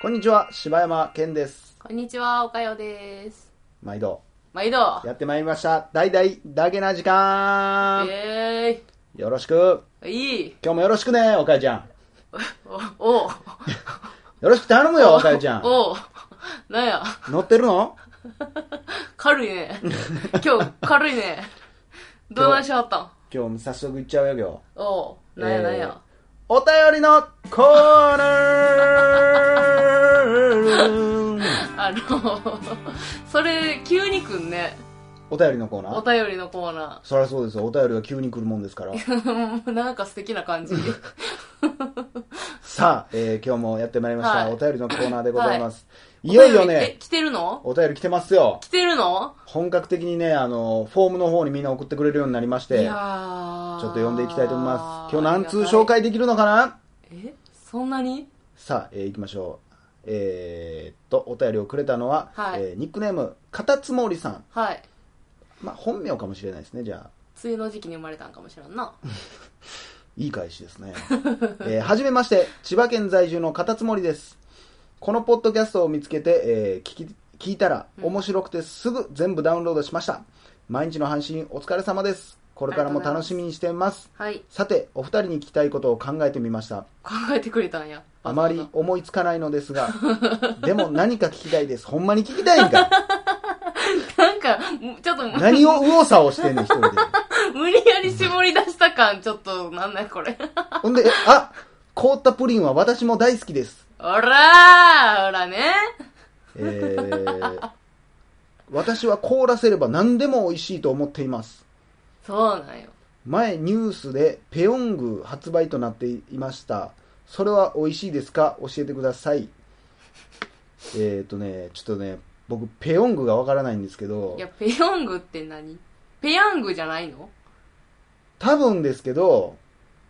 こんにちは、柴山健です。こんにちは、おかよです。毎度、毎度やってまいりました。大々だけな時間イエよろしく。ーイいい今日もよろしくね、おかゆちゃん。おおよろしく頼むよ、おかゆちゃん。おおなんや、乗ってるの軽いね。 今日、軽いね。どうなしはったん今日も早速行っちゃうよ、今日。おおなんやなんえーや。お便りのコーナーあの、それ、急にくんね。お便りのコーナおー便りのコーナそりゃそうですよ。お便りは急に来るもんですから。ー。 なんか素敵な感じ。さあ、えー今日もやってまいりました。はいお便りのコーナーでございます。 いよいよお便りえね、、来てるのお便り来てますよ。来てるの本格的にね、あの、フォームの方にみんな送ってくれるようになりましいて、ちやょっーと読んでいきたいと思います。今日あ何りがた通い紹介できるのかなえそんなにさあ、えー、行きましょう。えー、っと、お便りをくれたのは、はいえーニックネーム、かたつもりさん。はい。まあ、本名かもしれないですね、じゃあ。梅雨の時期に生まれたんかもしれんな。いい返しです ね。えーはじめまして、千葉県在住の片つもりです。このポッドキャストを見つけて、えー聞き、聞いたら面白くてすぐ全部ダウンロードしました。毎日の配信お疲れ様です。これからも楽しみにしてます。はい。さて、お二人に聞きたいことを考えてみました。考えてくれたんや。あまり思いつかないのですが、でも何か聞きたいです。ほんまに聞きたいんか。なんか、ちょっと、何を右往左往してんねん、一人で。 無理やり絞り出した感、ちょっと、なんだこれ。ほんで、えあ凍ったプリンは私も大好きです。おらーおらね。えー私は凍らせれば何でも美味しいと思っていますそうなんよ。前ニュースでペヨング発売となっていましたそれは美味しいですか教えてくださいえっ、ー、とねちょっとね僕ペヨングがわからないんですけどいや、ペヨングって何ペヤングじゃないの多分ですけど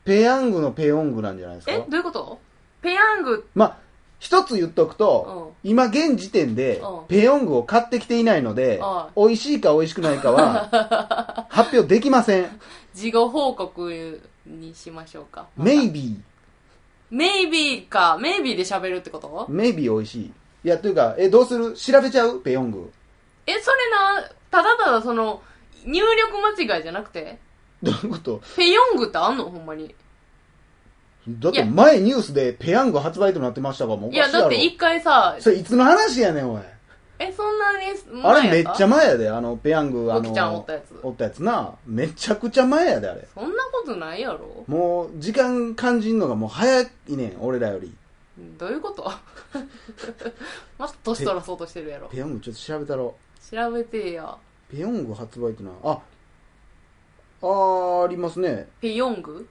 ペヤングのペヨングなんじゃないですえ、かどういうことペヤング、まあ一つ言っとくと、今現時点でうんペヨングを買ってきていないので、美味しいか美味しくないかは 発表できません事後報告にしましょうか。メイビメイビーか。メイビーで喋るってことー。メイビー美味しい。いや、というか、え、どうする調べちゃうペヨング。え、それな、ただただその、入力間違いじゃなくてどういうことペヨングってあんのほんまに。だっいてや前ニュースでペヤング発売となってましたが、もうおいかや、しいやだっろ。て一回さ、それいつの話やねん、おい。え、そんなに前あやたれめっちゃ前やで、あの、ペヤング、あゴの、キちゃんおったやつおったやつな。めちゃくちゃ前やで、あれ。そんなことないやろもう、時間感じんのがもう早いねん、俺らより。どういうこと また年取らそうとしてるやろペヤングちょっと調べたろ。調べてやペヨング発売ってな、あ、あー、ありますね。ペヨング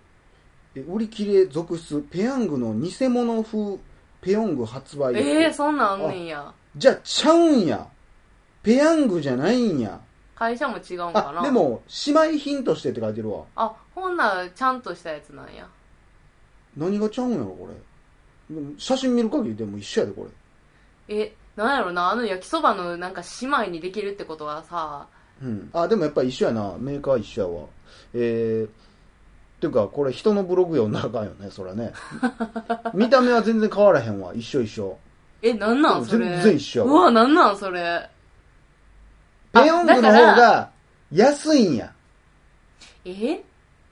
え売り切れ続出、ペヤングの偽物風ペヨング発売。ええー、そんなんあんねんやじゃあちゃうんや。ペヤングじゃないんや。会社も違うんかあな、でも、姉妹品としてって書いてるわ。あほんならちゃんとしたやつなんや何がちゃうんやろ、これ。でも写真見る限りでも一緒やで、これ。えなんやろなあの焼きそばのなんか姉妹にできるってことはさうん。あ、でもやっぱり一緒やな。メーカー一緒やわ。えー、っていうか、これ人のブログ読んだらあかんよね、そら ね。見た目は全然変わらへんわ。一緒一緒。えなんなんそれ全然一緒やうわわなんなんそれペヨングの方だからが安いんや。え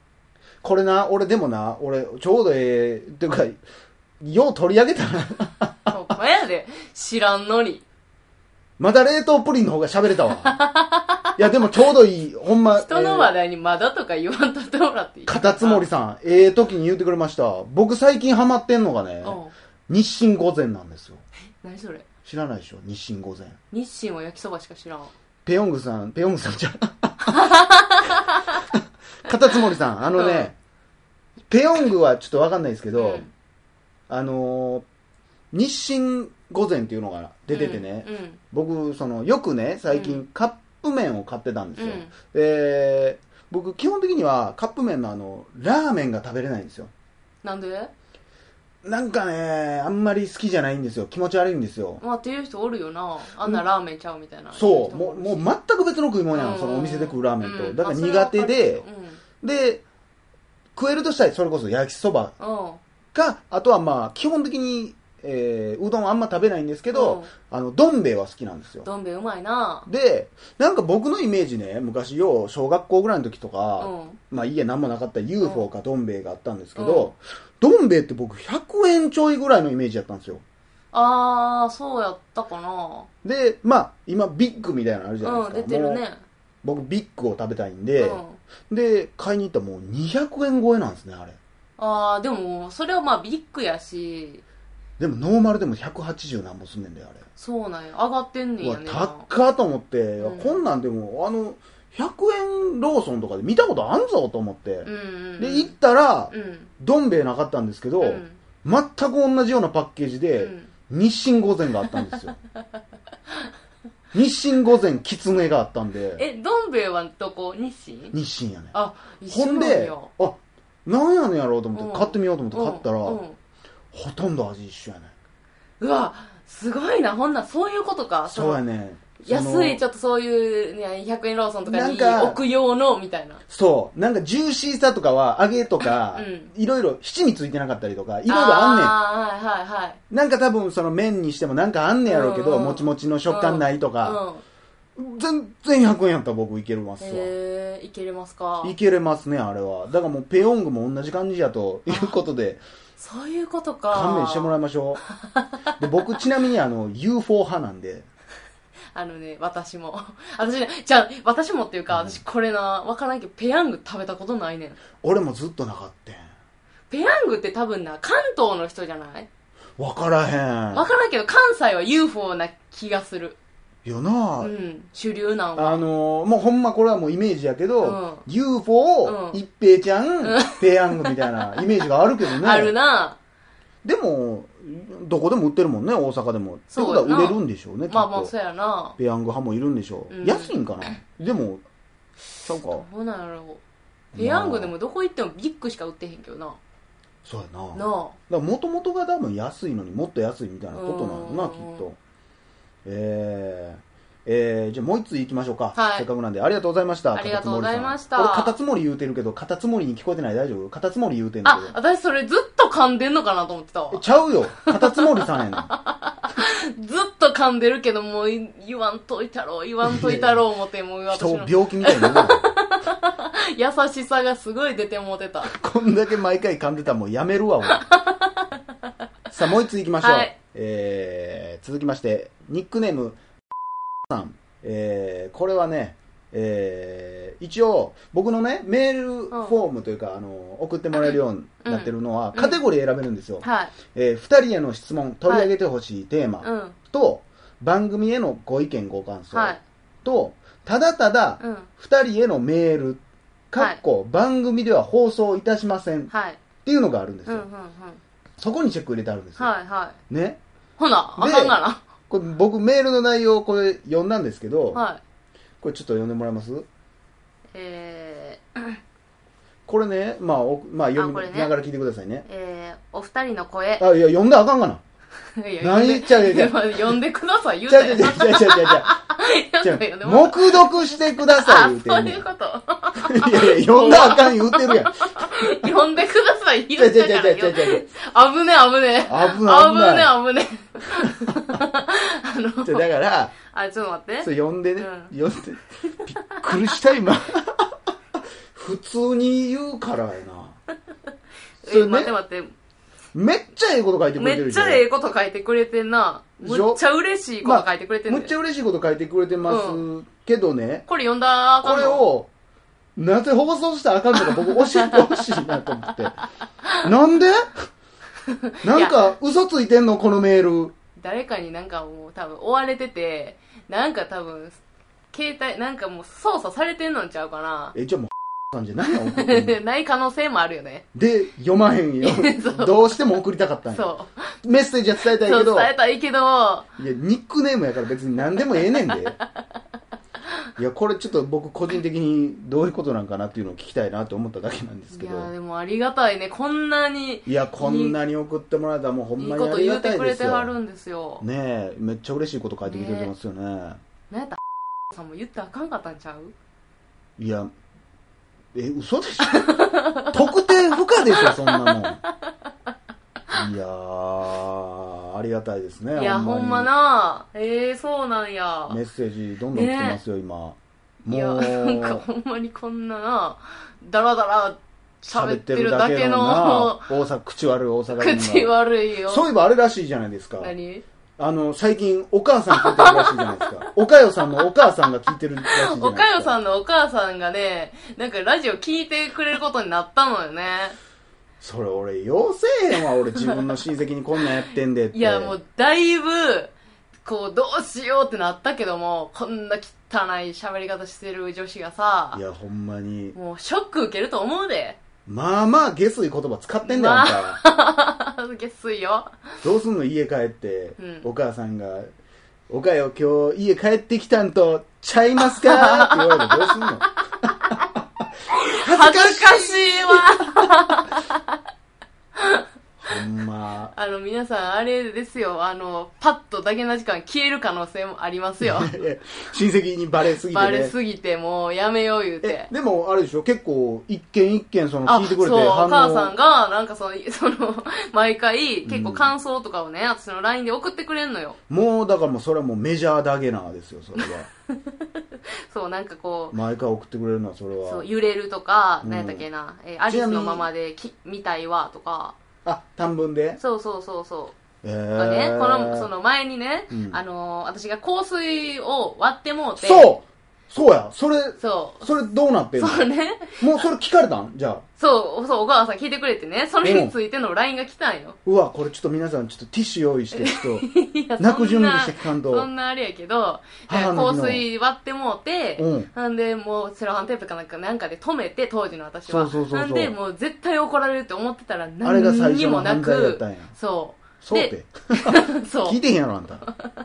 これな、俺でもな、俺、ちょうどええっていうか、よう取り上げたな。 そこやで知らんのにまだ冷凍プリンの方が喋れた わ。いや、でもちょうどいい、ほんま。人の話題にまだとか言わんとってもらっていえいーカタツモリさん、ええ時に言ってくれました。僕最近ハマってんのがね、うん日清午前なんですよ。何それ知らないでしょ、日清午前。日清は焼きそばしか知らんペヨングさん、ペヨングさん じゃう。カタツモリさん、あのね、ペヨングはちょっとわかんないですけど、うんあのー日清午前っていうのが出ててね、うんうん僕そのよくね最う近カップ麺を買ってたんですよ、うんで僕基本的にはカップ麺のあのラーメンが食べれないんですよなんでなんかねあんまり好きじゃないんですよ気持ち悪いんですよ、まあっていう人おるよなあんなラーメンちゃうみたいなそうもうもうう全く別の食い物やん、そのお店で食うラーメンと、だから苦手で、で食えるとしたらそれこそ焼きそばうんか、あとはまあ、基本的に、えーうどんあんま食べないんですけうどん、あの、どん兵衛は好きなんですよ。どん兵衛うまいなで、なんか僕のイメージね、昔よう、小学校ぐらいの時とうか、んまあ家何もなかったら UFO かどん兵衛があったんですけど、どん兵衛って僕100円ちょいぐらいのイメージだったんですよ。あーそうやったかなで、まあ今ビッグみたいなのあるじゃないですうんか。出てるもうね僕ビッグを食べたいんうで、んで、買いに行ったらもう200円超えなんですね、あれ。ああでもそれはまあビッグやしでもノーマルでも180何本すんねんだよ、あれ。そうなんや上がってんねんうわやねたっかと思って、うんこんなんでもあの100円ローソンとかで見たことあんぞと思って、うんうんうんで行ったらうんどん兵衛なかったんですけど、うん全く同じようなパッケージうで、ん日清御膳があったんですよ日清御膳きつねがあったんでえどん兵衛はどこ日清日清やねあ一ほ緒んなんでやあなんやねんやろうと思っうんて買ってみようと思って買ったら、うんうんほとんど味一緒やねうわすごいなほんならそういうことかそうやねね安いちゃょっとそういう、ね、100円ローソンとかになんか置く用のみたいなそうなんかジューシーさとかは揚げとか、うんいろいろ七味ついてなかったりとかいろいろあんねんあーはいはいはいなんか多分その麺にしてもなんかあんねやろうけど、うんもちもちの食感ないとか、うん全然100円やったら僕いけますわ。へえいけれますかいけれますね、あれは。だからもうペヨングも同じ感じやということで、そういうことか勘弁してもらいましょう。で、僕ちなみにあの、UFO 派なんで、あのね私も 私ねじゃあ私もっていうか私これなわからんけどペヤング食べたことないねん俺もずっとなかったん。ペヤングって多分な関東の人じゃないわからへん。わからんけど関西は UFO な気がするよな、うん主流なんはあのーもうほんまこれはもうイメージやけど、う UFO うん一平ちゃん、ペヤングみたいな イメージがあるけどね。あるなでも、どこでも売ってるもんね、大阪でも。ってことそうやなは売れるんでしょうね、まあきっまあとそうやなペヤング派もいるんでしょう。うん安いんかなでも、ちゃうかど。うなんやろうペヤングでもどこ行ってもビッグしか売ってへんけどなそうやな。だかなら元々が多分安いのにもっと安いみたいなことなのな、うんきっと。えー。えー、じゃあもう一つ行きましょうか、はいせっかくなんでありがとうございましたありがとうございましたカタツモリさん俺カタツモリ言うてるけどカタツモリに聞こえてない大丈夫カタツモリ言うてんあだあ私それずっと噛んでんのかなと思ってたわけどえちゃうよカタツモリさんや ねんずっと噛んでるけどもうい言わんといたろう言わんといたろう思ってもう私人をの病気みたいに言うな優しさがすごい出てもうてたこんだけ毎回噛んでたらもうやめるわ、 俺。さあ、もう一つ行きましょう。はいえー、続きまして、ニックネーム、さん。えー、これはね、えー、一応、僕のね、メールフォームというか、あの、送ってもらえるようになってるのは、んカテゴリー選べるんですよ。はいえー、二人への質問、取り上げてほしいテーうマんと、番組へのご意見、ご感想はいと、ただただ、うん二人へのメール、はかいっこ、番組では放送いたしませんはいっていうのがあるんですうんうよ、んうんはいそこにチェック入れてあるんですよ、はいねほなあでかんがこれ僕メールの内容をこれ読んだんですけど、なはいこれちょっと読んでもらえますえー、これねまあ、おまあ、読みあこれねながら聞いてくださいねえー、お二人の声あいや読んだらあかんがな何言っちゃうよよ呼んでください言うちたゃうちゃようちゃうちゃうちゃうちゃうちちゃゃう 黙読してくださあい言うてそうんねいんうこといやいや読んだらあかん言うてるやん呼んでくださいちゃ 言ううちゃたうちゃかうちらゃうちゃうちゃう危ね危ね危ない危ねじゃ危ねあのだからあちょっと待ってそう読んでね、う読んでびっくりした今 普通に言うからやなそれ えね待って待ってめっちゃええこと書いてくれてめるっでちしょゃええこと書いてくれてんなでむしょっちゃ嬉しいこと書いてくれてんねむっちゃ嬉しいこと書いてくれてます、うけどね、これ読んだらあかこんれのを、なぜ放送したらあかんのか 僕教えてほしいなと思って。なんでなんか嘘ついてんのこのメール。誰かになんかもう多分追われててなんか多分携帯なんかもう操作されてんのんちゃうかなえ、じゃあもうさんじゃないの 送ってんのない可能性もあるよねで、読まへん よ。どうしても送りたかったんよ。そメッセージは伝えうたいそけう伝ど、えたいけどいや、ニックネームやから別に何でもええねん で。いや、これちょっと僕個人的にどういうことなんかなっていうのを聞きたいなと思っただけなんですいけど。やでもありがたいねこんなにいやこんなに送ってもらえたらもうほんいいまこにあとり言がうたていくでれすてはよるねんですよえめっちゃ嬉しいこと書いてきてくれますよねなんやったらさんも言ってあかんかったんちゃういや え嘘でしょ特定不可でしょそんなもんいやー、ありがたいですね。いや、ほんまに。なええそうなんや。メッセージどんどん来てますよ、今。いや、もなんかう、ほんまにこんなな、だらだら喋ってるだけなの、大阪、口悪い大阪人が口悪いよ。そういえばあれらしいじゃないですか。何あの、最近、お母さん聞いてるらしいじゃないです か。おかよさんのお母さんが聞いてるらしいじゃないですか。おかよさん。んのお母さんがね、なんかラジオ聞いてくれることになったのよね。それ俺、よせえへんわ。俺、自分の親戚にこんなんやってんでって。いや、もうだいぶ、こう、どうしようってなったけども、こんな汚い喋り方してる女子がさい、や、ほんまに。もうショック受けると思うで。まあまあ、下水言葉使ってんだよ、まああんた。げすいよ。どうすんの家帰って、うんお母さんが、おかよ、今日、家帰ってきたんと、ちゃいますかって言われてどうすんの 恥恥ずかずしい。かしいわ。ほんま。あの、皆さん、あれですよ。あの、パッとだけな時間消える可能性もありますよ。 いや親戚にバレすぎてね。バレすぎて、もうやめよう言うえて。でもあれでしょ結構一件一件そのあ、聞いそてう、くれてお反応母さんが、なんかその、 その、毎回、結構感想とかをね、私の LINE で送ってくれんのよ。もうだからもうそれはもうメジャーだけなんですよそれ はそう、なんかこう、毎回送ってくれるのはそれそはう揺れるとか、うんなんやったっけな、えーアリスのままでき見たいわとか、あ短文でそうそうそうそう。えとかね、ー、この、その前にね、うんあのー私が香水を割ってもうて、そうそうやそれそそれどうなってう。んのそうね。もうそれ聞かれたんじゃあそう、そう、お母さん聞いてくれてね、それについての LINE が来たんよ。 うわこれちょっと皆さんちょっとティッシュ用意してちょっといや、泣くそん準な備してきたんとそんなあれやけど、母の日香の水割ってもうて、うんなんで、もう、セロハンテープかなんかなんかで止めて、当時の私は。そうそうそうそうなんで、もう絶対怒られるって思ってたら、あれが最何に初のもな犯罪だっくた、んやそう。そうってそう聞い。てへんやろあんた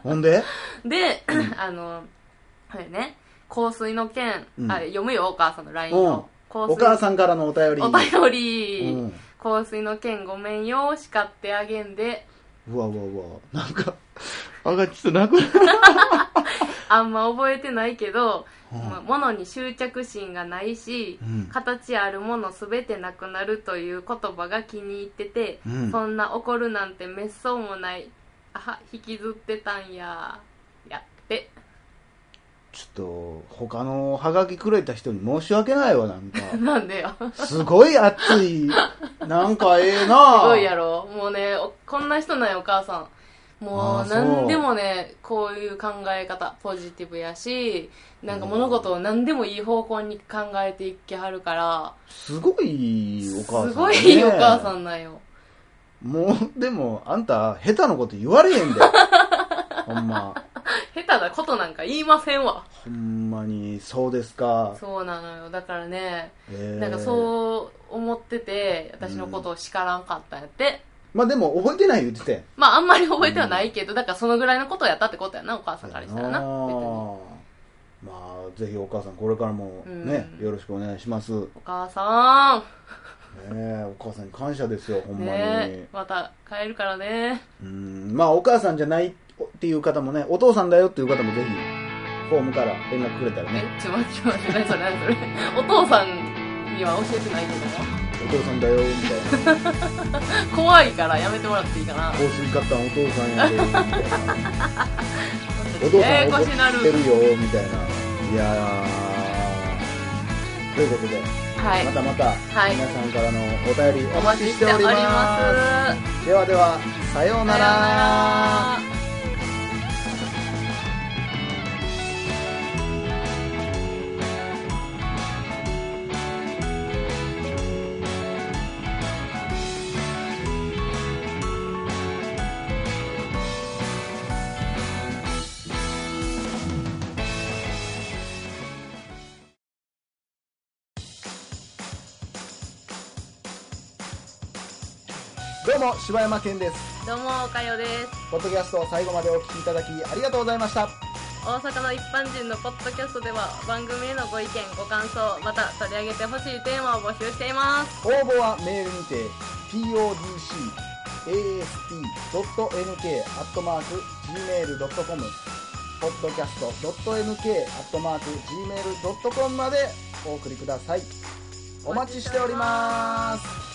ほんでで、 あの、あれね、香水の件、うんあ読むよ、お母さんの LINE うんを。香水お母さんからのお便りお便り、うん香水の件ごめんよ、叱ってあげんで、うわうわうわなんか あがちょっと泣くなあんま覚えてないけうど、んま物に執着心がないし、うん形あるものすべてなくなるという言葉が気に入ってて、うんそんな怒るなんてめっそうもない。あは、引きずってたんや。やって。ちょっと、他のハガキくれた人に申し訳ないわ、 なんか。なんでよ。すごい熱い。なんかええなすごいやろもうねおこんな人なんよお母さんもあーうそう何でもねこういう考え方ポジティブやしなんか物事を何でもいい方向に考えていきはるからすごいおす母さん、ごいいいお母さ。んなんよもう、でも、あんた、下手なこと言われへんで。 ほんま。下手なことなんか言いませんわほんまに、そうですか。そうなのよだからねええなんかそう思ってて私のことを叱らんかったんやってまあでも、覚えてない言ってたやんまああんまり覚えてはないけどだからそのぐらいのことをやったってことやなお母さんからしたらなな別にまあ、ぜひお母さん、これからもね、うんよろしくお願いします。ねお母さんえお母さんに感謝ですよ、ほんまに。ねまた帰るからねうんまあお母さんじゃないっていう方もねお父さんだよっていう方もぜひフォームから連絡くれたらねえちょ待って待って何それ何それお父さんには教えてないけお父さんだよみたいなど も怖いからやめてもらっていいかな香水買ったんお父さんやでみたいなお父 ややさんこしな怒るってるよみたいないやーということで、はいまたまたはい皆さんからのお便りおお待待ちちししてておおりりますますではではさようなさよらうならどうも柴山健ですどうもおかよですポッドキャストを最後までお聞きいただきありがとうございました大阪の一般人のポッドキャストでは番組へのご意見ご感想また取り上げてほしいテーマを募集しています応募はメールにて podcast.nk.gmail.com podcast.nk.gmail.com までお送りくださいお待ちしております